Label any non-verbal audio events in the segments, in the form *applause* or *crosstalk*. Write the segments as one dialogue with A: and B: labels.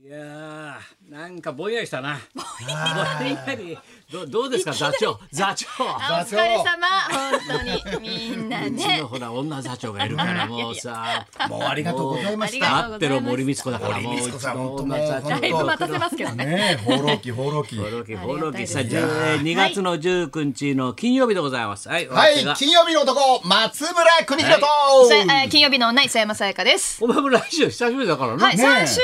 A: いやーなんかぼんやりしたな。ぼんやり。どどうですか座長座長。
B: あお疲れ様本当にみんな
A: うち
B: ね
A: のほら女座長がいるからもうさ。
C: もうありがとうございまし
B: もうあ
C: た。
A: あっての森光子だから
C: 森
A: もう
C: 光
A: う
C: 子
A: ち
C: さん
A: の
C: 本当
A: 女
C: もう
A: 座長。
C: 本
B: *laughs* だいぶ待たせますけどね
C: ねえ、放浪記、放浪記。
A: ボロキボロキさ
B: ありがたいですね
A: 2月の19日の金曜日でございます。はい。
C: は
A: お相手
C: い
A: が、
C: 金曜日の男、松村邦弘と。
B: さえー金曜日の女磯山さやかです
A: お前もラジオ久しぶりだからな。
B: はい
C: ね
B: 三週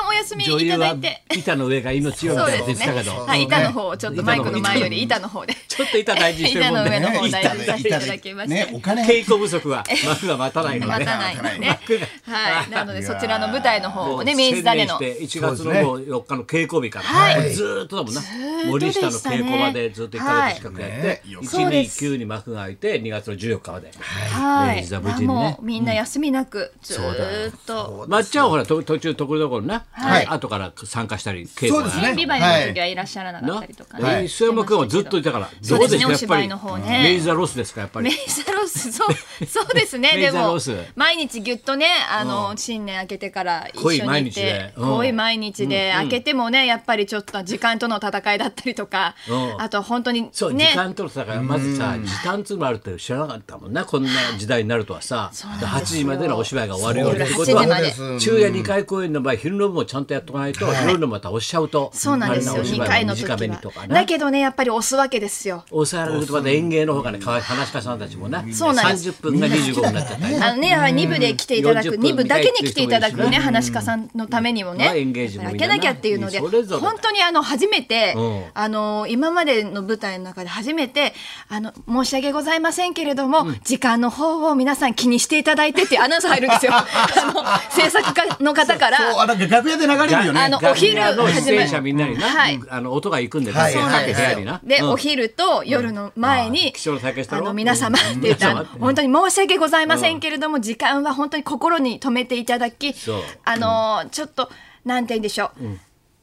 B: 間お休み
A: 女
B: い
A: 優
B: ただ
A: はい
B: て
A: 板の上が命よみ
B: そう
A: たい
B: で
A: なこと言ってた
B: すね
A: けど。
B: はい板の方をちょっとマイクの前より板の方で
A: ちょっと板大事にしてるもん
B: 板の
A: ね。
B: 上の方
C: い
B: 大
C: た
B: 事に
C: だ
B: さ
C: い
B: せてい
C: た
B: た
C: だ
B: だ
C: い
B: き
C: て
B: まし
C: ね、
B: て
C: お金入
A: 稽
C: っ
A: 古不足は幕が待たないので。
B: 待たないのでねはいなのでそちらの舞台の方をね明治座での
A: 宣言して1月のもう4日の稽古日から、
B: はい
A: ずーっとだもんな、
B: ーっと
A: 森
B: でした
A: 下
B: ね
A: の稽古場でずっと1か月近くやって、
C: はいね
B: そうです
A: 129に幕が開いて2月の14日まで、
B: は
A: 明
B: い
A: 治座
B: あ
A: 無事にね
B: もうみんな休みなくず
A: そうだ
B: ーっと
A: まっちゃんはほらと途中ところどころね、
B: はい
A: 後から参加したり稽古が
C: そうですね
B: 金ビバリーの時はいらっしゃらなかっ
A: な
B: たりとかね
A: えー磯山君はずっといたから、どう
B: そうですね
A: やっぱ
B: お芝居
A: り
B: の方ね
A: 明治座ロスですかやっぱ
B: メ
A: り
B: イザロ
A: *laughs*
B: スそうそうですね
A: メイ
B: で
A: ザ
B: も
A: ロス
B: 毎日ぎゅっとねあの新年明けてから一
A: 濃い
B: 緒
A: 毎
B: にい
A: 日
B: て
A: でうん
B: 濃い毎日で明けてもねやっぱりちょっと時間との戦いだったりとか
A: うん
B: あと本当にね
A: そう、時間との差がまずさ時短つもあるって知らなかったもんなこんな時代になるとはさ
B: うなんですよ
A: 8時までのお芝居が終わるようにってこと
B: そう
A: は
B: で
A: 昼夜2回公演の場合昼の分もちゃんとやっとかないと夜のまた押しちゃうと
B: そうなんです
A: あ
B: よ
A: れなお芝
B: 2
A: 居
B: 回
A: も
B: の時
A: 短めにと
B: は
A: か
B: だ
A: ね
B: けどねやっぱり押すわけですよ
A: 抑えられるとまた演芸の方がねかわい話し家さんたちもね
B: そうなんです
A: 30分が25分になっちゃったりね
B: あのねやはり2部で来ていただ
A: 40
B: く
A: 分
B: 2部だけに来ていただ
A: 見たいっ
B: く
A: てい
B: ね
A: う人もいるしね
B: 話し家さんのためにも
A: まあ
B: ね
A: エンゲージもいい
B: 開
A: な
B: けなきゃっていうので
A: それぞれ
B: 本当にあの初めて
A: うん
B: あの今までの舞台の中で初めてあの申し訳ございませんけれども時間の方を皆さん気にしていただいてっていうアナウンス入るんで
A: *laughs*
B: すよあの制作家の方から
C: そう、あ、なんか楽屋で流れるよね。
B: あの
A: 楽屋の
B: お昼
A: 出演者みんなにな、
B: はい
A: あの音が行くんで、
C: はい
A: 各
C: そうなん
A: 部
C: です
A: 屋
C: よ
A: にな。
B: で、
A: うん
B: お昼と夜の前に、
A: 貴重な竹下
B: あ
A: の
B: の皆様って言って、
A: うん
B: あの本当に申し訳ございませんけれども、時間は本当に心に留めていただき
A: そう、
B: あのーちょっと、なんて言うんでしょう、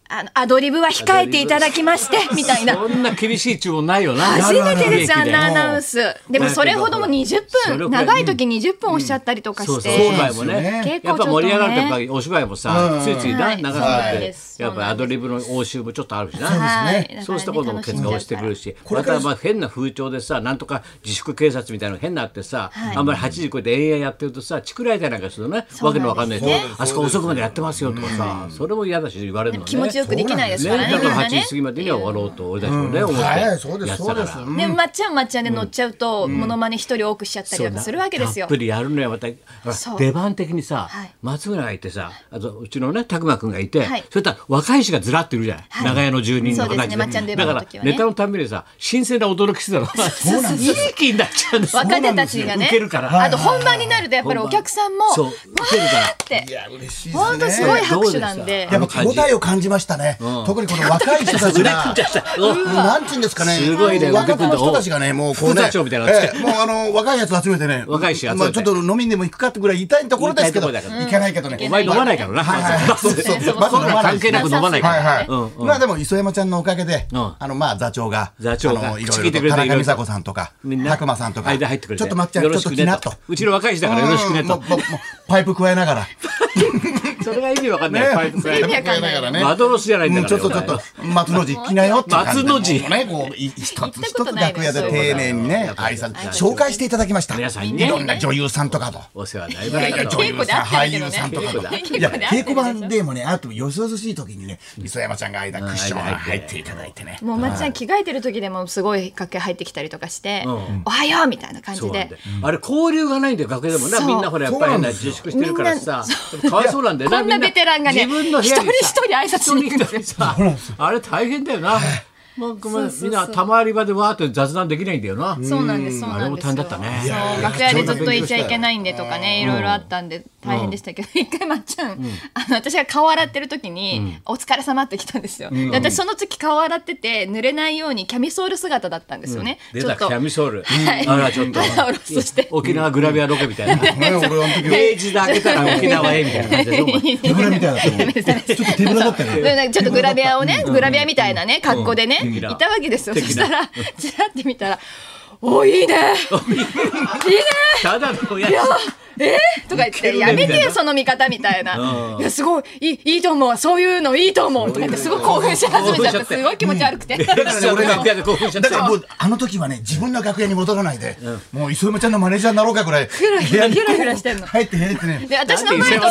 B: あのアドリブは控えていただきまして、みたいな。
A: *laughs* そんな厳しい注文ないよな。
B: 初めてです、あんなア
A: な
B: ナウンス。でもそれほども20
A: それ
B: 分、
A: くらい
B: 長い時20分おっしゃったりとか
A: そう
B: し
A: そう、
B: て。
A: お芝居も
C: そう
A: ね
B: で、すよね
A: やっぱ盛り上がると、やっぱりお芝居もさ、ついついな、
B: はい
A: 長くなっ
B: そうなん
A: て
B: で、す
A: やっぱりアドリブの応酬もちょっとあるしな。
B: はい
C: そう
B: だからね
A: そうしたこともケツが落ちてくるし、
C: こ
A: ま
C: れから
A: たまあ変な風潮でさ、なんとか自粛警察みたいなの変なあってさ、あんまり8時超えて延々やってるとさ、チクられたりなんかするとね、わけのわかんないし
B: ね、
A: あそこ遅くまでやってますよとかさ、それも嫌だし言われるのね。
B: 気持ちよくできないです
A: ね、
B: からね、
A: だ
B: み
A: か
B: ん
A: ら
B: な
A: 8
B: ね
A: 時過。ぎまでには終わろうと、俺たちもね、思って
C: は
A: や
C: い、
A: って
C: そうで
A: た
C: す、そう
A: か
C: で
A: ら
C: す。。
B: で、まっちゃんまっちゃんで乗っちゃうと、モノマネ一人多くしちゃったりとかするわけですよ。
A: たっぷりやるのよまた
B: そう
A: 出番的にさ、
B: はい
A: 松村がいてさあとうちのね拓磨君がいて、
B: はい
A: それと若い人がずらっているじゃない、
B: はい
A: 長屋の住人の
B: そうで
A: 形
B: すね
A: で
B: まっちゃん出
A: だ
B: 番
A: から
B: の時はね
A: ネタのたんびにさ新鮮な驚きしてたの
C: うなんですよ
A: いい気になっちゃうんです
B: 若手たちがね
A: 受けるから、
B: あと本番になるとやっぱりお客さんも
A: そう
B: わ
A: 受けるから
B: ーって
C: いや、嬉しいですね。
B: 本当すごい拍手なんで
A: どうでし
C: やっぱ手応えを感じましたね。特にこの若い人たち
A: *laughs*
C: が。もうなんていうんですかね。
A: すごいね
C: 若手の人たちがね、もうこう
A: 副座
C: ね。
A: 長みたいなのつけ
C: ええもうあの、若いやつ集めてね。
A: 若い人集めて
C: まあちょっと飲みにでも行くかってぐらい痛いところですけ
A: 言
C: ど。
A: いたいところだ
C: 行かないけどね。
A: お前飲まないからな、
C: はいはいはい。そうそうそう。
A: そんなの関係なく飲まないから、
C: はいはい、
A: うんうん
C: まあでも磯山ちゃんのおかげで、
A: うん
C: あのまあ座長が
A: 座長が
C: あのいろ
A: 口
C: い
A: 聞いて
C: ろと
A: くれて
C: 田
A: いろいろ
C: 中美佐子さんとか
A: みんな
C: 佐久間さんとか
A: 間入ってくれて
C: ちょっと待ってちょっと気になっと
A: うちの若い人だからよろしく
C: *laughs*
A: ねと
C: うんもうもうもうパイプ加えながら
A: *laughs* それが意味わかんない、パイプ
B: 意味わかんない
C: ら
A: まどろしじゃないんだ
C: うん
A: か
C: ち
A: ら
C: ょっ
A: よ、
C: とちょっと松の字来なよっていう感じで
A: 松の字
C: もうねこうい一つ
B: たこ
C: 一
B: と
C: つ
B: ない
C: 楽
B: ね
C: 屋で丁寧にね
A: そうい
C: 挨
A: うこと
C: 拶紹介していただきました
A: 皆さんにね
C: いろんな女優さんとかと。
A: お世話になりまし
B: いやい
A: た
B: や
A: と
B: 稽古で会っ
C: 俳
B: てるけど
C: 優
B: ね
C: さんとかと
A: 稽
B: 古
C: い
B: で
C: や
B: 会ってる
C: 稽古版でもねあとよそよそしい時にね磯山ちゃんが間クッション入っていただいてね
B: もうまっちゃん着替えてる時でもすごい楽屋入ってきたりとかして
A: うん
B: 「おはよう」みたいな感
A: そ
B: じ
A: うなんだ
B: で
A: よあれ交流がないんだよ楽屋でもな
B: そう
A: みんなほらやっぱりね自粛してるからさかわいそうなんだよな
B: こんなベテランがね
A: みんな自分の部屋にさ
B: 一人一人挨拶に行くんですよ
A: 一人一人さあれ大変だよななんかまあみんな賜り場でわーっと雑談できないんだよな
B: そうなんですそうなんで
A: あ
B: すよ
A: れも大変だったねい
B: そう楽屋でずっといちゃいけないんでとかねいろいろあったんで大変でしたけど一回まっちゃんあの私が顔洗ってる時に「お疲れ様って来たんですよで私その時顔洗ってて濡れないようにキャミソール姿だったんですよね
A: 出
B: ちょ
A: た
B: っ
A: キ
B: と
A: ャミソールあらちょっと
B: 肌を露出して
A: 沖縄グラビアロケみたいな
C: ね俺の時
A: ページで開けたら沖縄へみたいな感じでしょお
B: *laughs*
A: 前
C: 手ぶらみたいだったもんちょっと手ぶらだったよね
B: でなんかちょっとグラビアをね、グラビアみたいなね、格好でね、
A: うん
B: いたわけですよ。そ
A: 的な
B: したら、ちらって見たら、お、いいねいいね
A: ただの親父
B: いとか言って、やめてよ、その見方みたいな。いや、すごい、いい、いいと思う、そういうのいいと思う、とか言って、すごい興奮し始めちゃって、すごい気持ち悪くて。
A: それが興奮しちゃっ
C: だから
A: た
C: もうあの時はね自分の楽屋に戻らないで、もう磯山ちゃんのマネージャーになろうかぐらい部
B: らひらひらひらしてんの
C: 入って部屋に行ってね
B: *laughs* で、私の前通ると、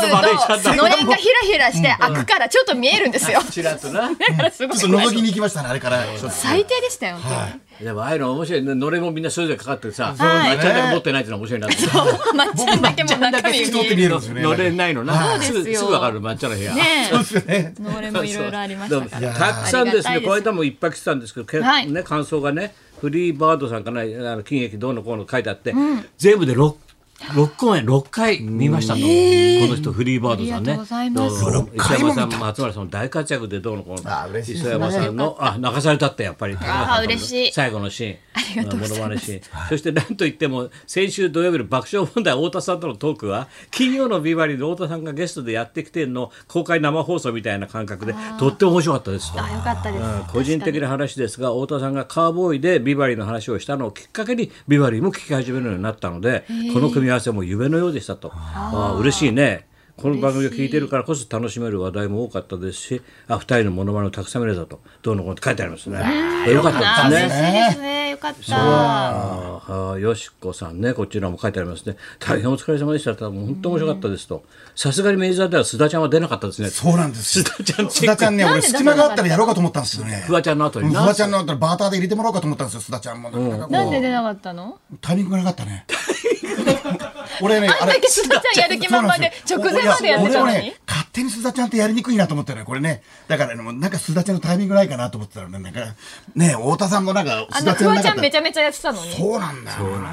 B: のれんがひらひらして、開くから、ちょっと見えるんですよ。
A: ちらっとな
B: だから、すごい
C: ちょっと覗きに行きましたねあれからちょっと
B: 最低でしたよ、本当に。
A: でもああいうの面白いねのれんもみんなそれぞれかかってさまっち
B: はい
A: ゃんだけ持ってないってのは面白いなって
B: *laughs* まっちゃんだけも中身
C: 透き通って
B: に。
C: 見えるんですよね
A: のれんないのな
B: そ
A: す
B: うで
A: ぐ
B: すよ
A: すぐ分かるまっちゃんの部屋
B: ね
C: そうですよね
B: え、のれんもいろいろありましたか
A: でも
B: ら。
A: たくさんです
B: あ
A: ね
B: りがたいです
A: この間もいっぱい来てたんですけどけ、
B: はい
A: ね、感想がねフリーバードさんかなあの金駅どうのこうの書いてあって、全部で 6, 六公演6回見ましたと、この人フリーバードさん
B: あ
A: ね
B: りがとうございます
A: どう
C: 六
A: 磯
C: 回も
A: 山
C: 見た
A: さん松原さんの大活躍でどうのこうの
C: あ嬉しいです
A: 磯
C: ね
A: 山さんのあ泣かされたってやっぱり
B: あー嬉しい
A: 最後のシーン
B: ありがとうございます
A: モノマネシーンそしてなんといっても先週土曜日の爆笑問題太田さんとのトークは金曜のビバリーで太田さんがゲストでやってきてんの公開生放送みたいな感覚でとっても面白かったですと
B: あ、よかったです。
A: 個人的な話ですが太田さんがカーボーイでビバリーの話をしたのをきっかけにビバリーも聞き始めるようになったのでこの組み合わせも夢のようでしたとあー嬉しいねこの番組を聞いてるからこそ楽しめる話題も多かったですしあ二人のモノマネをたくさん見れたとどうのこうのって書いてありますねよかった
B: あ、
A: です
B: 嬉しい
A: ね
B: ですね。よかった。
A: ああよしこさんねこちらも書いてありますね大変お疲れ様でしたと本当面白かったですとさすがにメジャーでは須田ちゃんは出なかったですね
C: そうなんですよ
A: 須田ちゃんチ
C: 須
A: ェ
C: 田
A: ッ
C: ちゃん
A: ク
C: ね
B: なん
C: 俺
B: で
C: 隙間があったらやろうかと思ったんですよね
A: フワちゃんの後に
C: フ
A: な
C: ワちゃんの後にバーターで入れてもらおうかと思ったんですよ須田ちゃんもなんかこう
B: なんで出なかったの？
C: タイミングがなかったね俺ね
B: あんだけ須田ちゃんやる気満々で
C: そうなんすよ
B: 直前までやってたの
C: 俺
B: に
C: もね勝手に須田ちゃんってやりにくいなと思ったのよこれねだからねもうなんか須田ちゃんのタイミングないかなと思ってたらねなんかね太田さんもなんか
B: あ
C: 須
B: の
C: 田ち
B: フ
C: ゃん
B: ワ
C: な
B: ち
C: か
B: ゃ
C: っ
B: んめち
C: た
B: ゃめちゃやってたのに。
C: そうなんだよな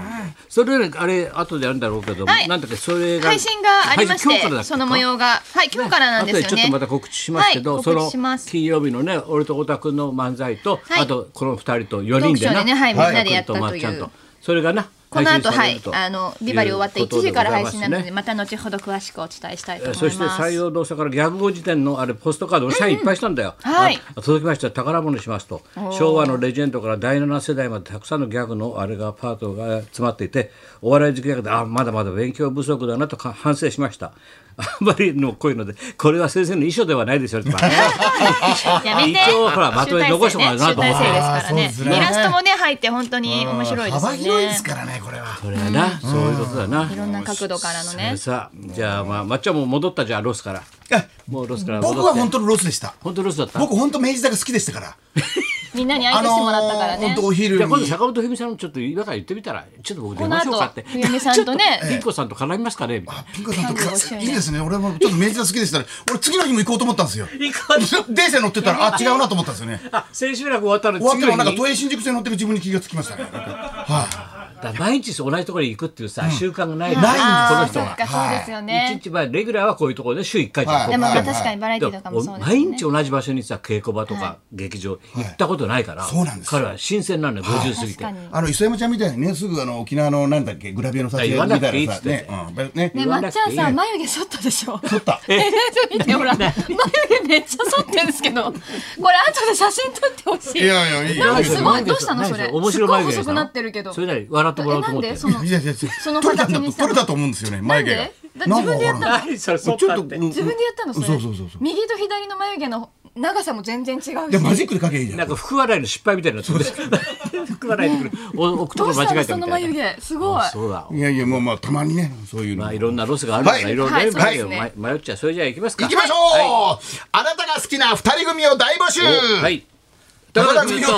A: それよりあれ後でやるんだろうけど、
B: はい
A: なんだっけそれが
B: 配信がありまし、
A: 配信今日からだってけ
B: その模様が、はい、今日からなんですよね。
A: あとでちょっとまた告知しますけど、
B: はい、
A: そ
B: 告知
A: の
B: します。
A: 金曜日のね俺と太田君の漫才と、
B: はい
A: あとこの二人と四人で
B: トークショー
A: な、
B: でねはいみんなでやったという
A: 太田君まちゃんそれがな
B: この後、は
A: 配
B: い
A: 信されると、
B: あのビバリ終わった1時から配信なの
A: い
B: で、
A: うことございますね
B: また後ほど詳しくお伝えしたいと思います。
A: そして採用動作からギャグ語辞典のあれポストカードのサインいっぱいしたんだよ、
B: はい
A: あ届きました宝物にしますと昭和のレジェンドから第7世代までたくさんのギャグのあれがパートが詰まっていてお笑い好きだけどあまだまだ勉強不足だなとか反省しましたあんまりのこういうのでこれは先生の遺書ではない
B: *laughs*
A: ですよとか
B: やめて。
A: 一応ほらまとめて残しとかな
B: 集大成ね集大成ですから
C: あーそう
B: ね
C: ですね
B: イラストもね入って本当に面白いですよ
C: 幅
B: ね。
C: 広いですからねこれは
A: これはなそういうことだな、
B: いろんな角度からのね。
A: さあじゃあまあまっちゃんも戻ったじゃあロスからもうロスから戻って
C: 僕は本当のロスでした
A: 本当ロスだった
C: 僕本当明治座が好きでしたから
B: みんなに愛してもらったから
C: あのー
B: ね
C: 本当。お昼
A: じゃ
C: に
A: あ今度坂本冬美さんのちょっと今から言ってみたらちょっと僕出
B: この
A: ましょう
B: 後
A: かって。
B: 冬美さんとね
A: ピン子さんと絡みますかねみたいな
C: ピンクさんと
B: 35周
C: か
B: 年
C: いいですね俺もちょっと明治座好きでしたら俺次の日も行こうと思ったんですよ
A: ピン子さんと
C: 電車乗ってたらあ違うなと思ったんですよね
A: あ千秋楽終わったら
C: 終わっ
A: 次
C: たらなん
A: の
C: か
A: 日に
C: 都営新宿線乗ってる自分に気がつきましたねはい
A: だから毎日同じところに行くっていうさ習慣がない
C: ないんです
B: あ
A: こ
B: ー
A: の人
B: そっ
A: は
B: かそうですよね
A: 一。日前レギュラーはこういうところで週一回じゃん
C: はい
A: ここ
B: でもまあ
C: はい
B: 確かにバラエティーとかもそうですよ
A: 毎
B: ね。
A: 日同じ場所にさ稽古場とか劇場行ったことないから
C: そうなんです
A: 彼は新鮮なんだよ50過ぎ
B: 確
A: て
B: かに。
C: あの磯山ちゃんみたいにねすぐあの沖縄のなんだっけグラビアの撮影
A: 言わな
C: み
A: く
C: た
A: てい
C: い
A: いっ
C: な
A: つっ
C: さ
A: て
C: ね、うんべね
B: ね、
A: 言わ
B: ま
A: な
B: っ
A: く
B: ちゃ
A: て
B: ん
A: いい
B: さ、眉毛剃ったでしょ
C: 撮った
B: え、ちょっと見て、ほら。眉毛めっちゃ剃ってるんですけど、これ後で写真撮ってほしい。
C: いやいやいいよ
B: なんかすごい、
A: や
B: どうしたのそれ。
A: 面白い眉毛
B: すっごい細くなってるけど。
A: それなり笑ってもらおうと思っ
B: えなん
A: て
B: でその
C: いやいやいや
B: その
C: 撮れたん
B: 形
C: だ
B: に
C: と
B: した
C: 撮
B: の
C: れたと思うんですよね眉毛が
B: なんでだ自分でやったの
C: なんかわからない
A: 何それ
C: ちょ
A: そ
C: っと
A: うって
B: 自分でやったのそれ。
C: そうそうそうそう
B: 右と左の眉毛の長さも全然違うし。
C: でマジックで書けばいいじゃ
A: なん
C: ん
A: か福笑いの失敗みたいになってる *laughs* 福笑いのお置くとこ
B: どう
A: ろ間
B: した
A: 違
B: の
A: えた
B: そ
A: み
B: の
A: たい
B: 眉
A: な
B: 毛。すごい。
A: そうだ
C: いやいやもうまあたまにねそういうの
A: ま
C: も
A: あいろんなロスがあるから、
C: はい
A: い、ろいろ
B: は
A: ね、
B: いそうです
A: 迷
B: ね
A: う迷っちゃうそれじゃあ行きますか
C: 行きましょう、
A: は
C: あなたが好きな二人組を大募集
A: い、はい
C: 高田文夫と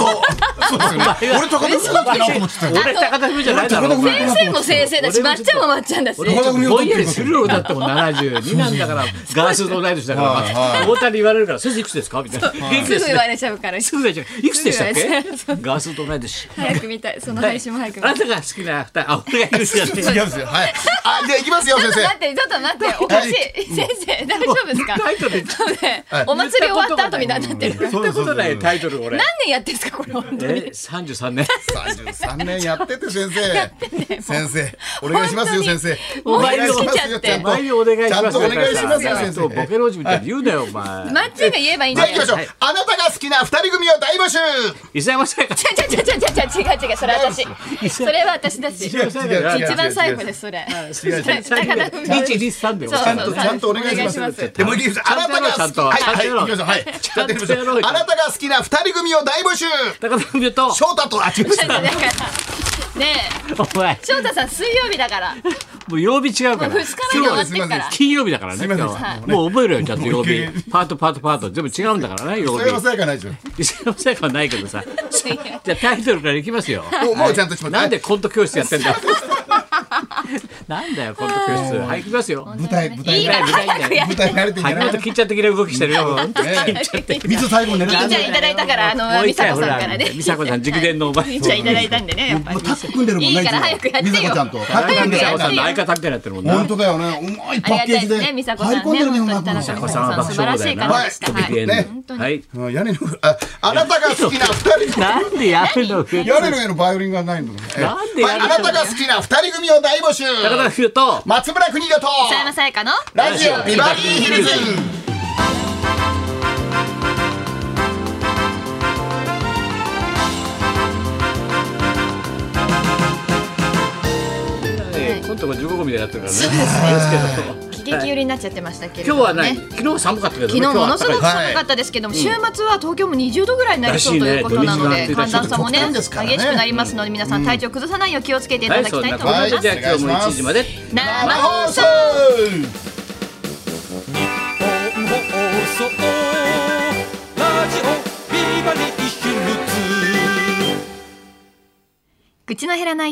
C: そうですよね俺高田文夫だってなと思ってたよ
A: 俺高田文夫じゃないだろ
C: 俺高田文夫
B: 先生も先生だし、まっちゃんもまっちゃんだし。
A: 俺
C: 高田文夫
A: ぼんやりするよだってもう72なんだからガースと同い年だから、
C: はいはい
A: 大谷言われるから先生いくつですかみたいな元気
B: す
A: で
B: ぐ
A: すね
B: 言われちゃう
A: *laughs*
B: から。
A: すぐ言われちゃういくつでしたっ
B: すぐ言われちゃ
A: けガースと同い年
B: 早く見たい。その配信も早く見
A: あ
B: たい
A: な。たが好きな二人あ俺がいるじゃ
B: *laughs*
A: ん
C: 違うんですよはいあじゃあ行きますよ
B: ちょっ
C: 先生
B: と待って、ちょっと待って、おかしい。先生、大丈夫ですか
A: タイトル
B: そうねお祭り終わった後みたいになってる。
A: 言ったことないタイトル俺
B: 年やってんですかこれ本当に
A: え、三十三年。
C: 33年やってて先生先生お願いしますよ先生
B: もう
C: ちゃんと
A: 前にお願いします
C: ちゃんとお願いします
A: ち
C: よ
A: ゃん
C: 先
A: と
C: 生
A: ボケ老人みたいに言うなよ、お前。
B: マッチンが言えばいいん
C: じゃあ
B: だ
C: 行きま
B: よ
C: しょう
A: はい
C: あなたが好きな二人組を大募集
A: 石山さやか。
B: ちゃちゃちゃちゃちゃ違う違うそれ私それは私だし
C: 違う違う違う
B: 一番最後ですそれそれ高田文夫
A: 一二三で。
B: そう
C: ちゃんとちゃんとお願いします
B: お願いします
C: でもう一回
A: ちゃ
C: あ
A: ん
C: な
A: とや
C: た
A: ろ
C: が
A: うちゃ
C: 好
A: ん
C: き
A: と
C: はいはい
A: ちゃんとやろうちゃんとやろう
C: 行きましょうはいやってみましょうあなたが好きな二人組を大募集
A: 高田文夫と。
C: 翔太とあ違う
B: だからねえ
A: お前、
B: 翔太さん水曜日だから
A: もう曜日違うから
B: もう。二日目で終わってっから
A: 金曜日だからね。
C: すいません
A: 今日は
C: はい
A: もう覚えるよ、ちゃんと曜
C: もう
A: 日
C: 一回。
A: パートパートパート、全部違うんだからね、曜
C: それは
A: 日。
C: さやかないですよ
A: 石山さやかはないけどさ。じゃあタイトルからいきますよ。
C: もうもうちゃんとします
A: なんでコント教室やってんだ
C: *laughs*
A: よ。なんだよ、コント教室。はい、行きますよ。
C: 舞台舞
B: いい
C: 台
A: 舞
B: から
A: 台
B: 早くやっ
C: 舞台慣れてんじ
A: 萩
C: ゃない
A: 本金ちゃん的な動きしてるよ。本当に
C: ね
B: て
C: 水最後に狙
B: 金
C: っ
B: ちゃ
C: て
B: んいただいたからあ
A: も
B: の
A: う
B: 美
A: 一回
B: 佐子さんから
A: ほ
B: ね
A: ら美佐子さん直
B: *laughs*
A: 伝のお前
B: 金ちゃんいただいたんでねやっぱ
C: もう
B: り
C: タッチ組んでるもんね
B: いいから早くやってよ
C: 水子ちゃんと
A: 田中美佐子さんの
B: 早
A: 相方みたいになってるもんな
C: 本。当だよねうまい
B: あ
C: パッ
B: り
C: ケー
B: がた
C: ジ
B: いで
C: です
B: ね美佐子
C: 入
B: さ
C: り
B: ん
C: 込んで
B: ね
C: るね
B: 本
C: うま
B: 当
A: 美佐子さん
C: く
B: に田中美佐子さ
A: は
B: ん素
A: 爆
B: 晴ら
A: 笑問
B: しい
A: 題な
B: 方でした
C: はい
B: はい
C: ね
B: 本当に
A: はい。
C: うん屋根のああなたが好きな二人
A: なんでやるの上
C: *laughs* 屋根の上のバイオリンがないのね
A: なんでや
C: はい
A: るの
C: あなたが好きな二人組を大募集
A: 高田冬と、
C: 松村邦洋と
B: 佐山さやかの
C: ラジオビバリーヒルズ
A: えーコントが15個みたいになってるからね。ですけ
B: 喜
A: ど
B: 劇寄りになっちゃってましたけれ
A: 今
B: ど
A: 日
B: も
A: は
B: ね
A: 何昨日寒かったけどね、
B: 昨日ものすご
A: 今
B: く
A: 日は
B: 寒かったですけども、週末は東京も20度ぐらいになりそうということなの
A: らし
B: で、
A: いね
B: 寒暖差もね
C: ちょっと極端で
B: 激し
C: す
B: く
C: からね
B: なりますので、皆さん体調崩さないよう気をつけてい
A: 暖かい
B: ただきたいと思
A: はいい、
B: ま
A: そんなことで、じゃあ今日
B: す。
A: も1時まで。
B: 生
C: 生
B: 放
C: 放
B: 送
C: 送
D: 日本放送ラジオビバリーヒルズ
B: 口の減らない